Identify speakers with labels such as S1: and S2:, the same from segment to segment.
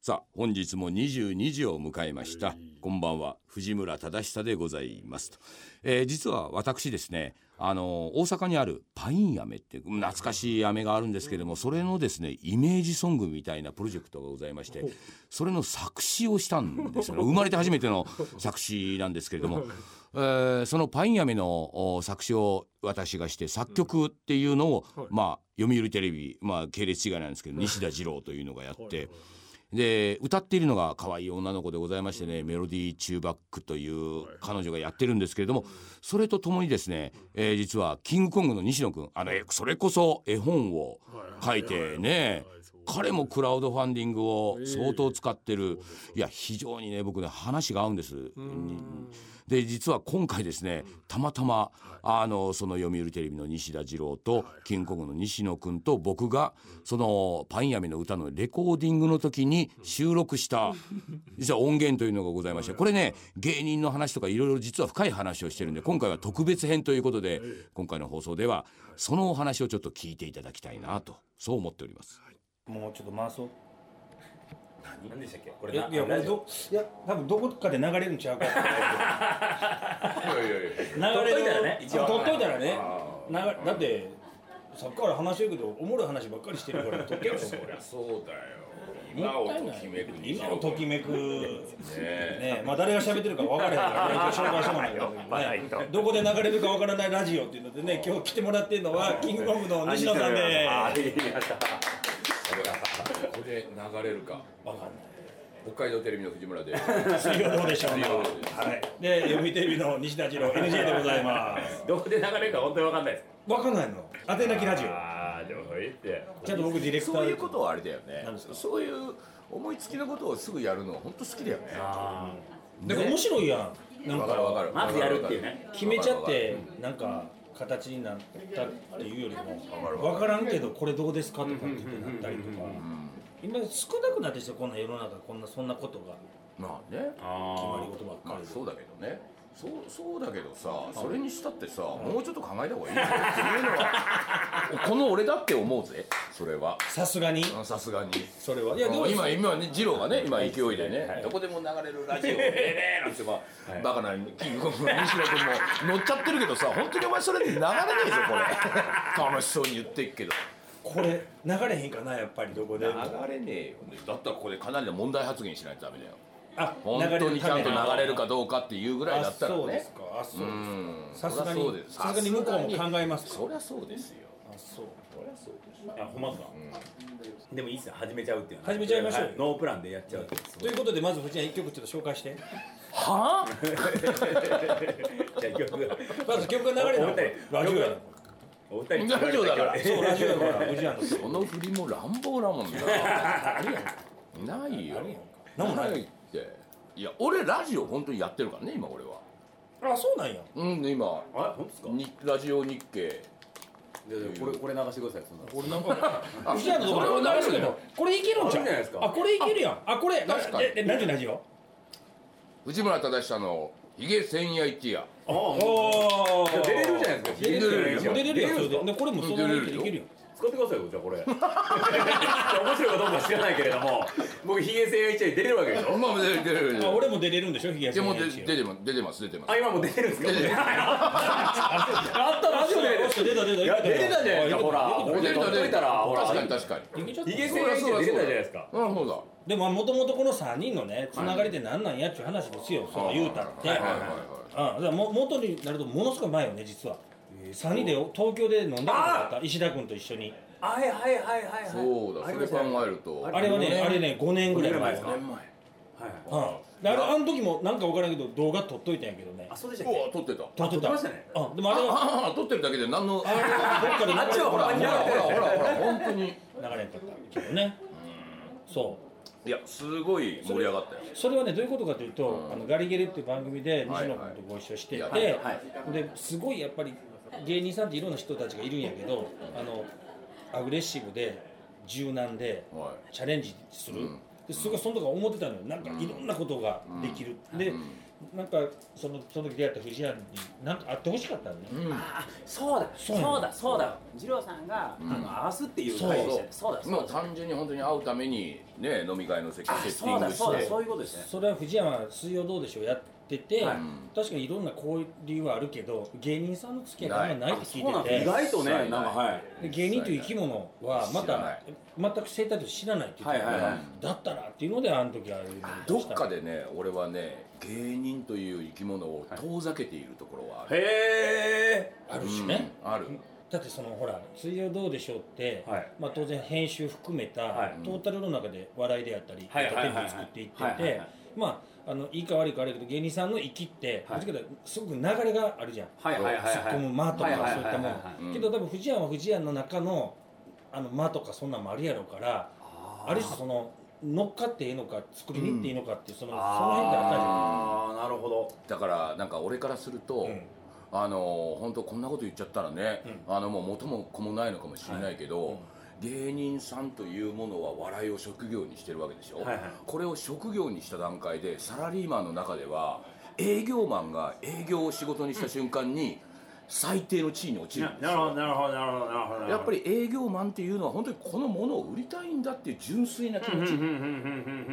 S1: さあ本日も22時を迎えましたこんばんは藤村忠久でございますと、えー実は私ですねあの大阪にあるパイン飴って懐かしい飴があるんですけれどもそれのですねイメージソングみたいなプロジェクトがございましてそれの作詞をしたんですよ生まれて初めての作詞なんですけれども、えーそのパイン飴のお作詞を私がして作曲っていうのを、
S2: はい
S1: まあ読売テレビまあ系列違いなんですけど西田二郎というのがやって。
S2: はいはい
S1: で歌っているのが可愛い女の子でございましてねメロディーチューバックという彼女がやってるんですけれどもそれとともにですね、えー実はキングコングの西野君あのえそれこそ絵本を書いてね彼もクラウドファンディングを相当使ってるいや非常にね僕ね話が合うんです。で実は今回ですねたまたまあのその読売テレビの西田次郎とキングコングの西野君と僕がその「パン屋めの歌」のレコーディングの時に収録 した実は音源というのがございましてこれね芸人の話とかいろいろ実は深い話をしてるんで今回は特別編ということで今回の放送ではそのお話をちょっと聞いていただきたいなとそう思っております。
S3: もうちょっと回そう。
S4: 何でしたっけこ
S3: いや、いや、これど、いや、多分どこかで流れるんちゃうか。流れる。
S4: 取っといたらね一応
S3: あ取っといたらね
S4: あ。
S3: 流れ、だって。さっきから話してるけど、おもろい話ばっかりしてるから、とけよ。
S4: そりゃそうだよ今
S3: も
S4: を
S3: ったい
S4: と
S3: な
S4: きめく
S3: い。
S4: 西
S3: 今
S4: 野
S3: をとき
S4: 君
S3: めく。
S4: ね
S3: ね、まあ、誰が喋ってるか分からへんから、紹介してもらえないけどね。どこで流れるか分からないラジオっていうのでね、今日来てもらってるのは、キングコングの西野さんで
S4: あ
S3: す。
S4: いいやった
S5: ここで流れるか
S3: わかんない。
S5: 北海道テレビの藤村で
S3: 水曜どうでしょう。
S5: 水曜どうでしょ
S3: はい。で、読売テレビの西田次郎、NG でございます。
S4: どこで流れるか本当に分かんないです
S3: わかんないの。当てなきラジオ。
S4: ああでもいいって
S3: ちょっと僕ディレクター
S5: そういうことはあれだよね
S3: 何ですか
S5: そういう思いつきのことをすぐやるの本当好きだよね
S4: あ
S3: だから面白いやん。なん
S5: わかるわか
S3: か
S5: る
S4: まずやるっていうね
S3: 決めちゃっ
S5: わかる
S3: てなんか形になったっていうよりもわからんけどこれどうですかとかって言ってなったりとか。今少なくなってきてこんな世の中こんなそんなことが
S5: まあね
S3: 決ま
S4: あ
S3: り事ばっ
S5: ま
S3: か
S5: あ
S3: りで。
S5: そうだけどねそうそうだけどさそれにしたってさもうちょっと考えた方がいいよっていうのは この俺だって思うぜそれは
S3: さすがに
S5: うんさすがに
S3: それは。いやでも
S5: うん今今ね二郎がね今勢いで
S4: は
S5: ね
S4: い
S5: どこでも流れるラジオええなんてまあバカなキングコングの西野君も乗っちゃってるけどさ本当にお前それで流れないでしょこれ 楽しそうに言ってっけど
S3: これ流れへんかなやっぱりどこでも。
S5: 流れねえよねだったらここでかなりの問題発言しないとダメだよ
S3: あ
S5: 本当にちゃんと流れるかどうかっていうぐらいだ
S3: あ
S5: ったら
S3: そうです
S5: ね
S3: か。あそう
S5: う
S3: ですか。
S5: ん
S3: さすがに
S5: そりゃそうです
S3: さすがに向こうも考えますか
S5: そりゃそうですよ
S3: あそう。
S5: そりゃそうです
S4: あほんまっすかでもいいっすね始めちゃうっていうのは
S3: 始めちゃいましょうよ
S4: はノープランでやっち ゃうっていう
S3: ということでまず藤井一曲ちょっと紹介して。
S5: はあ
S4: じゃあ曲が
S3: まず曲が流れなの。ラジオやな。
S4: お二人
S5: ラジオだから
S3: そうラジオやから無事やの。
S5: その振りも乱暴だもんなないよ
S3: なんもない
S5: っていや俺ラジオ本当にやってるからね今俺は
S3: あそうなんや。
S5: うん今
S4: あ本当ですか
S5: にラジオ日経
S4: じゃあこれこれ流してくださいそんな
S3: 俺なんか藤谷のとこ
S5: これ
S3: ろ
S5: は
S3: 流
S5: 流
S3: し
S5: しててる
S3: るの
S5: の。
S3: これいけるんじゃ
S4: あるんじゃないですか
S3: あこれいけるやん。あこれ
S5: 確かに
S3: ええ何何よ。
S5: 藤村忠久のヒゲ千夜一夜
S4: ああ
S3: おお。
S4: 出れるじゃないですか
S5: 出れるよ
S3: 出れるやん
S4: 出
S3: それ
S4: れるんですか
S3: で。でこれもそのままいけるよ。
S4: 使ってくださいよじゃあこれ いや面白いかどうか知らないけれども僕ヒゲ性が一応出れるわけでしょ
S5: まあ出てる出
S3: あ
S5: てる
S3: 俺も出れるんでしょヒゲ
S5: で
S3: さん
S5: も
S3: の
S5: 出
S3: やつ。
S5: 出てます出てます出てます
S4: あ今もう出てるんですか
S5: 出てる
S4: あった
S3: あ
S4: ラジオで
S3: そう出た出た
S4: いや出てたじゃないですかほら
S5: 出てる
S4: ほっといたらほら
S5: 確かに確かに
S3: いけちゃった
S4: ヒゲ性が一応出れたじゃないですか
S5: あそうだ
S3: でももともとこの3人のねつながりでなんなんやっちゅう話ですよ、その言うたって、
S5: はいはい
S3: うんだからも元になるとものすごい前よね実は、3人で東京で飲んだことがあった石田君と一緒に
S4: はいはいはいはいはい
S5: そうだそれ考えると
S3: あれはね
S4: 五年
S3: あれね5年ぐらい前
S4: 五年ぐらい前ですかはい
S3: うん、であれあの時もなんか分からんけど動画撮っといたんやけどね
S4: あそうでしたっ
S5: う
S4: け
S5: わ撮ってた
S3: 撮ってた
S4: あ撮ってましたね
S3: うん、でもあれは
S5: ああ撮ってるだけで何の
S3: あれはどっかで
S4: あっちは
S5: ほ
S4: ほ
S5: ら
S4: ら
S5: ほらほらほらほら本当に
S3: 流れんかったけどねそう
S5: いやすごい盛り上がったよ
S3: それはねどういうことかというと、あのガリゲレっていう番組で
S5: は
S3: 西
S5: い
S3: 野君とご一緒してて、
S5: はい
S4: は
S3: ですごいやっぱり芸人さんっていろんな人たちがいるんやけどあのアグレッシブで柔軟で
S5: は
S3: チャレンジする、ですごいその時は思ってたのよなんかいろんなことができる、でなんかそのその時出会った藤谷になんか会ってほしかったのね、
S4: あそうだ
S3: そうなの
S4: そうだそうだ二郎さんが、あの合わすっていう会でしたねそうだそう
S5: も
S4: だ
S5: う単純に本当に会うためにね飲み会の席セ
S4: あ
S5: ッテ
S4: そ
S5: ィ
S4: う
S5: ン
S4: だ
S5: グ
S4: そうだ
S5: して
S4: そういうことですね
S3: それは藤山水曜どうでしょうやってて、
S4: はい
S3: 確かにいろんな交流はあるけど芸人さんの付き合いがあんまないって聞
S4: そうなん
S3: いて
S4: です
S3: て
S4: 意外とね
S5: はい
S4: なんかはい
S3: で芸人という生き物はま
S5: 知らない
S3: た全く生態として知らないって言ってたから、
S4: はいはいはい
S3: だったらっていうのであの時ああいうのに
S5: どっかでね俺はね芸人という生き物を遠ざけているところはある、
S4: へ
S3: あるしね、
S5: うんある
S3: だってそのほら「水曜どうでしょう」って、
S4: はい
S3: まあ、当然編集含めた、
S4: はい
S3: トータルの中で笑いであったり、
S4: はい
S3: エンターテインメントを作ってい
S4: はい
S3: っ
S4: はい
S3: て
S4: はいはい
S3: て
S4: はい
S3: まああのいいか悪いか悪いけど芸人さんの息って、
S4: はい
S3: ぶっちゃけたらすごく流れがあるじゃん、
S4: はいはいはいはい
S3: 突っ込む間とか
S4: は
S3: そう
S4: いはいはい
S3: いったも
S4: はいはい
S5: は
S3: の
S5: い
S3: けど多分藤山は藤山の中のあの間とかそんなんもあるやろうから
S4: あ
S3: ある種その乗っかっていいのか作りに行っていいのかっていうその,、その辺ってあったじゃん
S4: ああなるほど
S5: だからなんか俺からすると、
S3: ん
S5: あの本当こんなこと言っちゃったらね、あのもう元も子もないのかもしれないけど、芸人さんというものは笑いを職業にしてるわけでしょ、
S4: はいはい
S5: これを職業にした段階でサラリーマンの中では営業マンが営業を仕事にした瞬間に最低の地位に落ちるんですよ
S4: なるほどなるほどなるほどなるほど
S5: やっぱ
S4: り
S5: り営業マンっていうのは本当にこのものを売りたいんだっていう純粋な気持ち、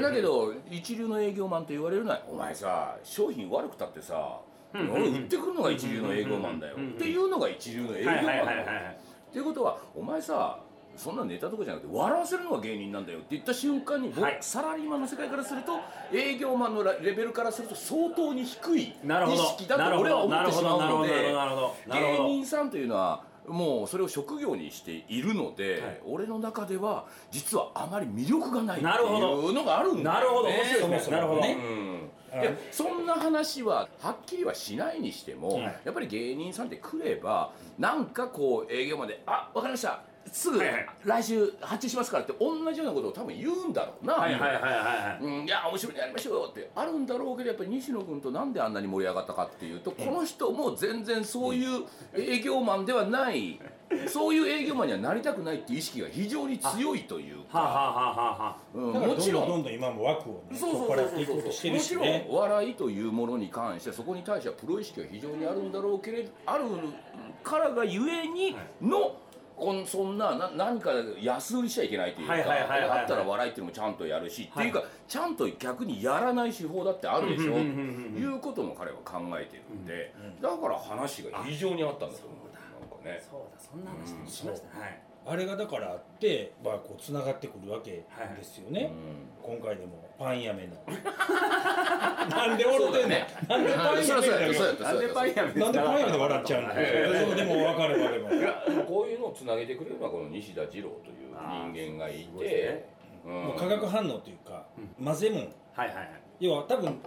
S5: だけど一流の営業マンと言われるのはお前さ商品悪くたってさ、俺売ってくるのが一流の営業マンだよ、っていうのが一流の営業マンだよ、
S4: はいはいはいはい
S5: っていうことはお前さそんなネタとかじゃなくて笑わせるのが芸人なんだよって言った瞬間に、僕
S4: はい
S5: サラリーマンの世界からすると営業マンのレベルからすると相当に低い意
S4: なるほど
S5: 識だと俺は思ってしまうので
S4: なるほどなるほどなるほどなるほ
S5: 芸
S4: ど
S5: 人さんというのはもうそれを職業にしているので、
S4: はい
S5: 俺の中では実はあまり魅力がないってい
S4: なるほど
S5: うのがあるんだよね
S4: なるほど面白いですねなるほど
S5: ねうんいやそんな話ははっきりはしないにしても、
S3: はい
S5: やっぱり芸人さんって来ればなんかこう営業まで「あわかりましたすぐ
S4: はいはい
S5: 来週発注しますから」って同じようなことを多分言うんだろうな、
S4: はいはいはいはい
S5: うん、いや面白いのやりましょうよってあるんだろうけどやっぱり西野君となんであんなに盛り上がったかっていうとこの人も全然そういう営業マンではないそういう営業マンにはなりたくないっていう意識が非常に強いという
S4: はあ、は
S5: か、
S4: あはあはあは
S5: うん、
S3: だから
S5: も
S3: どん
S5: ち
S3: ど
S5: ろ
S3: んど
S5: ん。
S3: んどん今も枠をね
S5: そうそう
S3: そ
S5: そ
S3: こ
S5: う
S3: からやってい
S5: そ
S3: こ
S5: う
S3: うとして
S5: も
S3: る
S5: ち
S3: し
S5: ろん
S3: ね
S5: 笑いというものに関してそこに対してはプロ意識が非常にあるんだろうけれどあるからがゆえにのこんそんなな何か安売りしちゃいけないというか
S4: はいはいはいはいはい
S5: あったら笑いっていうのもちゃんとやるし、っていうかちゃんと逆にやらない手法だってあるでしょ
S4: うんうん
S5: いうことも彼は考えてるんで、だから話が非常にあったんだよなんか
S4: あ
S5: ね
S4: そうだそんな話もしましたねはい
S3: あれがだからあって、まあ、こうつながってくるわけですよね、今回でもパンやめのなんで笑ってんの、なんでパン
S5: そ
S3: や
S5: りゃ
S3: め
S5: そうやったそうやったそ
S3: だ
S4: なん
S5: うや
S4: で
S5: った
S4: パイヤメ
S3: なんでパンやめで笑っちゃうの、そうでも分かる分か
S5: い
S3: る
S5: やこういうのをつなげてくれるのはこの西田次郎という人間がい
S4: あーすごいです
S5: て
S4: ね
S5: うん
S3: もう化学反応というか、混ぜもん
S4: はいはいはい
S3: 要は多分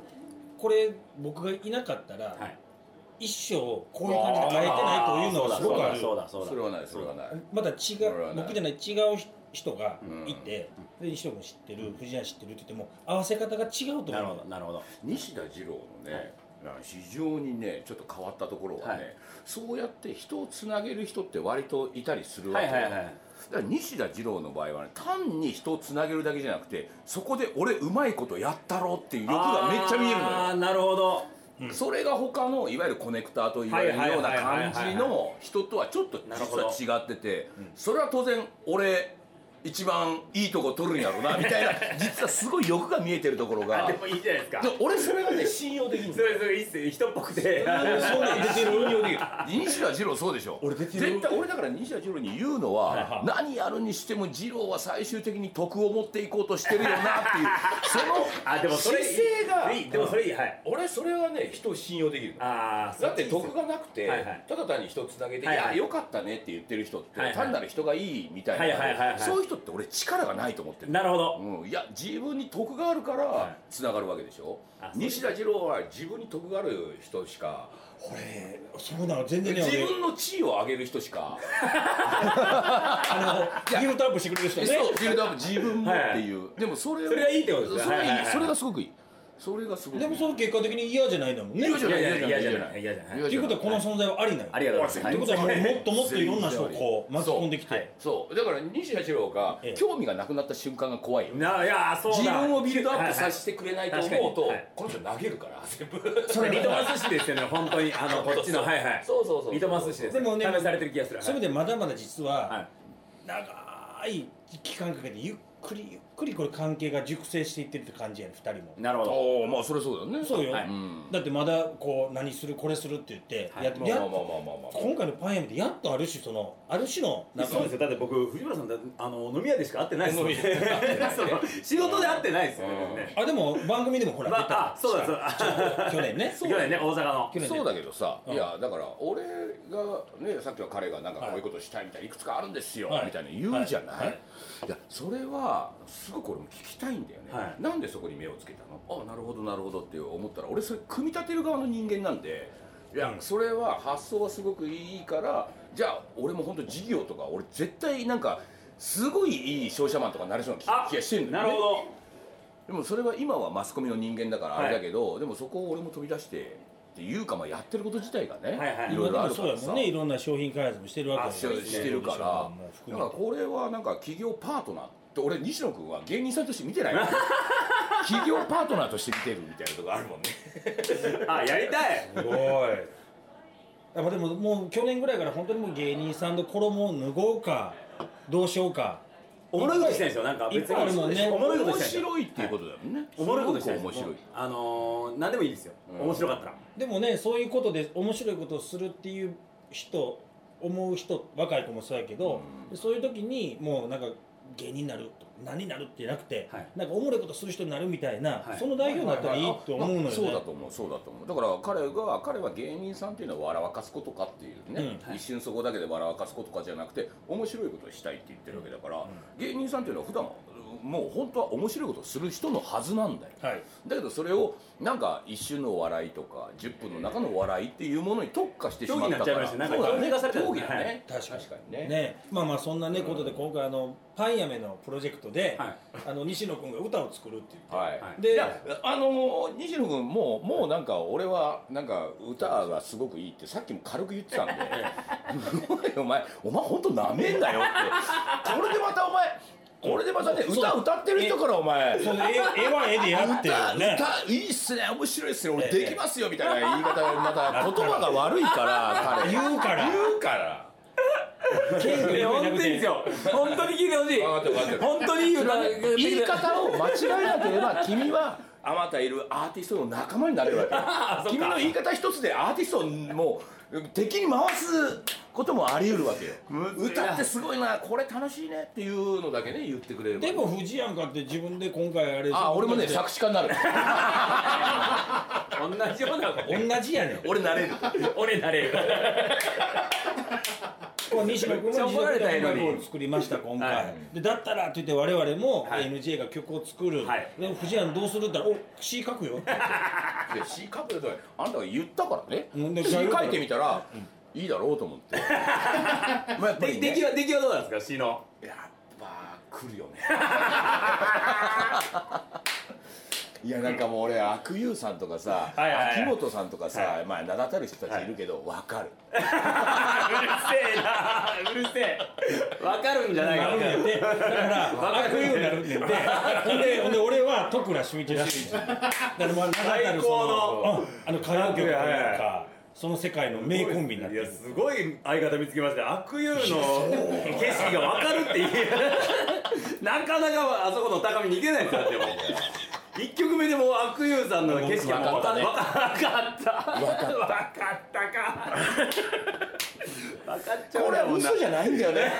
S3: これ僕がいなかったら、
S4: はい
S3: 一生こういう感じで変えてないというのはすごくある
S4: そうだそうだ
S5: それはないそれはない
S3: まだ違う
S5: 俺はね
S3: 僕じゃない違う人がいて、で西野君知ってる藤谷知ってるって言っても合わせ方が違うと
S4: なる
S3: 思
S4: ほ
S3: う
S4: どなるほど
S5: 西田次郎のね、非常にねちょっと変わったところはね、
S4: はい
S5: そうやって人をつなげる人って割といたりするわ
S4: は
S5: け、
S4: いはいはい
S5: だから西田次郎の場合はね単に人をつなげるだけじゃなくてそこで俺うまいことやったろっていう欲がめっちゃ見えるのよ
S4: あーなるほど
S5: それが他のいわゆるコネクターと言われるような
S4: はいはいはいはいはい
S5: 感じの人とはちょっと実は違っててそれは当然俺一番いいとこ取るんやろうなみたいな実はすごい欲が見えてるところが
S4: あで
S5: で
S4: もいいじゃないですか
S5: 俺それがね信用できんの
S4: それそれいいっすね人っぽく
S3: そ
S4: て
S3: うなんですよ
S5: 西田二郎そうでしょ
S3: 俺出てる
S5: 絶対俺だから西田二郎に言うのは、何やるにしても二郎は最終的に徳を持っていこうとしてるよ なっていうその
S4: あでもそれいい
S5: 姿勢が
S4: いいでもそれいいはい
S5: 俺それはね人を信用できるの
S4: ああ
S5: だって得がなくて、
S4: はいはい
S5: ただ単に人つなげて「
S4: はい
S5: い
S4: はい
S5: や良かったね」って言ってる人って、
S4: はいはい
S5: 単なる人がいいみたいな、
S4: はいはいはいはい
S5: そういう人って俺力がないと思ってる
S4: なるほど
S5: うん、いや自分に得があるからつながるわけでしょ、
S4: あそう
S5: 西田次郎は自分に得がある人しか
S3: これそうなの全然ね
S5: 自分の地位を上げる人しか
S3: 俺ギフトアップしてくれる人ね
S5: そうビルドアップ自分もっていう、でもそれを
S4: それがいいってことですね
S5: それはいい
S4: はいはいはい
S5: それがすごくいいそれがすごい
S3: でもその結果的に嫌じゃないんだもんね
S5: 嫌じゃない
S4: やいやいや
S5: い
S4: じ
S5: や
S4: ゃ
S5: じゃ
S4: な
S5: ない
S4: いやじゃない
S3: っていうことはこの存在はありなんや
S4: ありがとうございま
S3: っ
S4: す
S3: てことはもうもっともっといろんな人をこう
S5: 全然あり
S3: 巻き込んでき
S4: は
S3: て
S4: い
S5: そうだから西八郎が
S3: ええ
S5: 興味がなくなった瞬間が怖いよ
S4: ないやそうだ
S5: 自分をビルドアップさせてくれないと思うと、
S4: はいはい
S5: この人投げるから全部
S4: それリトマス紙ですよね本当にあのこっちのはいはい
S5: そうそうそう
S4: リトマス紙です
S3: でもね
S4: 試されてる気がする
S3: そういう意味でまだまだ実
S4: は
S3: はい長い期間かけてゆっくりゆっくりこれ関係が熟成していってるって感じやね2人も
S4: なるほど
S5: ああまあそれそうだよね
S3: そうよ、
S4: はい
S5: うん
S3: だってまだこう何するこれするって言ってやって、
S5: まあ
S3: や
S5: まあ
S3: っ
S5: まあまあまあまあ
S3: 今回のパン屋でやっとある種そのある種のなんか
S4: そうですよだって僕藤村さんだあの飲み屋でしか会ってないですもんね その仕事で会ってないですよね
S3: あでも番組でもほら
S4: ま
S3: 出た
S4: ああそうだそうだ
S3: 去年ね
S4: 去年ね大阪の
S3: 去年
S5: そうだけどさ、
S3: ん
S5: いやだから俺がねさっきは彼がなんかこういうことしたいみたいないくつかあるんですよ、
S3: はい
S5: みたいな言うじゃない、
S3: はい
S5: い
S3: はい
S5: やそれはすごく俺も聞きたいんだよね、
S4: はい
S5: なんでそこに目をつけたのあなるほどなるほどって思ったら俺それ組み立てる側の人間なんでいや、
S3: うん
S5: それは発想はすごくいいからじゃあ俺も本当事業とか俺絶対なんかすごいいい商社マンとかなりそうな気
S4: あ
S5: 気がしてんだ
S4: な
S5: よ、ね、
S4: るほど
S5: でもそれは今はマスコミの人間だから
S4: はい
S5: あれだけど、でもそこを俺も飛び出してっていうかまあやってること自体がね、
S4: はいはい
S5: いろいろあるか
S3: そう
S5: ら
S3: や
S5: さ
S3: もんねいろんな商品開発もしてるわけ
S5: あ
S3: だ
S5: ししてるからだか
S3: も
S5: ら
S3: う含めて
S5: これはなんか企業パートナーって俺西野君は芸人さんとして見てないから企業パートナーとして見てるみたいなとこあるもんね
S4: あやりたい
S3: すごいやっぱでももう去年ぐらいから本当にもう芸人さんの衣を脱ごうかどうしようか
S4: おもろいことしたいんですよなんか別
S3: いっぱいあるもんね
S4: におもろいこと
S5: 面
S4: したいんですよ
S5: 白いっていうことだよね、
S4: おもろいことしたい
S5: すごく面白い
S4: もうあのー何でもいいですよ面白かったら
S3: でもねそういうことで面白いことをするっていう人思う人若い子もそうやけど、そういう時にもうなんか芸人になると何になるってなくて、
S4: はい
S3: なんかおもろいことする人になるみたいな、
S4: はい
S3: その代表になったらいいと思うのよね、
S5: あそうだと思うそうだと思うだから彼が彼は芸人さんっていうのは笑わかすことかっていうね、
S4: うん
S5: 一瞬そこだけで笑わかすことかじゃなくて面白いことをしたいって言ってるわけだから、芸人さんっていうのは普段もう本当は面白いことをする人のはずなんだよ
S3: はい
S5: だけどそれをなんか一瞬の笑いとか10分の中の笑いっていうものに特化してしまったか
S4: 競技に
S5: ら
S4: なっちゃいましたね
S5: そうだね
S4: なんか競技化されてる
S5: 競技だね、
S3: はい確かに
S5: にね
S3: ね、まあまあそんなね、ことで今回あのパン屋めのプロジェクトで、
S4: はい
S3: あの西野君が歌を作るって言って、
S5: はい、
S4: はい
S3: で
S5: いやあのー西野君もうもうなんか俺はなんか歌がすごくいいってさっきも軽く言ってたんで お前お前本当なめんなよってこれでまたお前これでまたね
S3: そう
S5: 歌歌ってる人からお前
S3: その絵絵は絵でやって
S5: 歌、
S3: ね
S5: 歌いいっすね面白いっすね俺
S3: ええ
S5: できますよみたいな言い方がまた言葉が悪いから彼
S3: 言うから
S5: 言う から
S3: 謙虚
S4: い
S3: に
S4: や
S3: 言
S4: 本
S3: え
S4: 当
S3: な
S4: に
S3: く
S4: です
S3: て
S4: よ本当に聞いてほしい
S5: 分かった分かった
S4: 本当にいい歌
S5: 言い方を間違えなければ君はあまたいるアーティストの仲間になれるわけ
S4: そっ
S5: 君
S4: か
S5: の言い方一つでアーティストをもう敵に回すこともあり得るわけよ
S4: ずいな
S5: 歌ってすごいなこれ楽しいねっていうのだけね言ってくれれば
S3: でも藤やんかって自分で今回あれ
S5: あ俺もね作詞家にな る
S4: 同じようなこと
S3: 同じやねん
S5: 俺なれる
S4: 俺なれる
S3: こう西野君も
S4: めっちゃ怒られたいのに
S3: ボール作りました今回、
S4: はい
S3: でだったらって言って我々も
S4: はい
S3: NJ が曲を作る、
S4: はい
S3: で藤やんどうするって言ったら「お詩書くよ」って
S5: で詩書くとあんたが言ったからね
S3: うんで
S5: 詩書いてみたらいいだろうと思って まあやっぱ
S4: で
S5: りね
S4: 出来は出来はどうなんですか詩の
S5: やっぱ来るよね いやなんかもう俺悪友さんとかさ
S4: はいはいはい
S5: 秋元さんとかさ、
S4: は
S5: まあ名だたる人たちいるけど、わかる
S4: うるせえなうるせえわかるんじゃない
S3: な
S4: か
S3: るんやってだから悪意になるんやってほんでほんで俺は徳良俊一らしいんですよだからもう名だたるそのうんあの歌謡曲という
S4: はいはい
S3: かその世界の名コンビになって
S4: い
S3: る
S4: やすごい相方見つけました悪友の景色がわかるっていうなかなかあそこの高みに行けないんですよでも一曲目でもう悪友さんの景色がもうわかった
S5: わ
S4: わかったわかったわかったかわかっちゃう
S5: これは嘘じゃないんだよね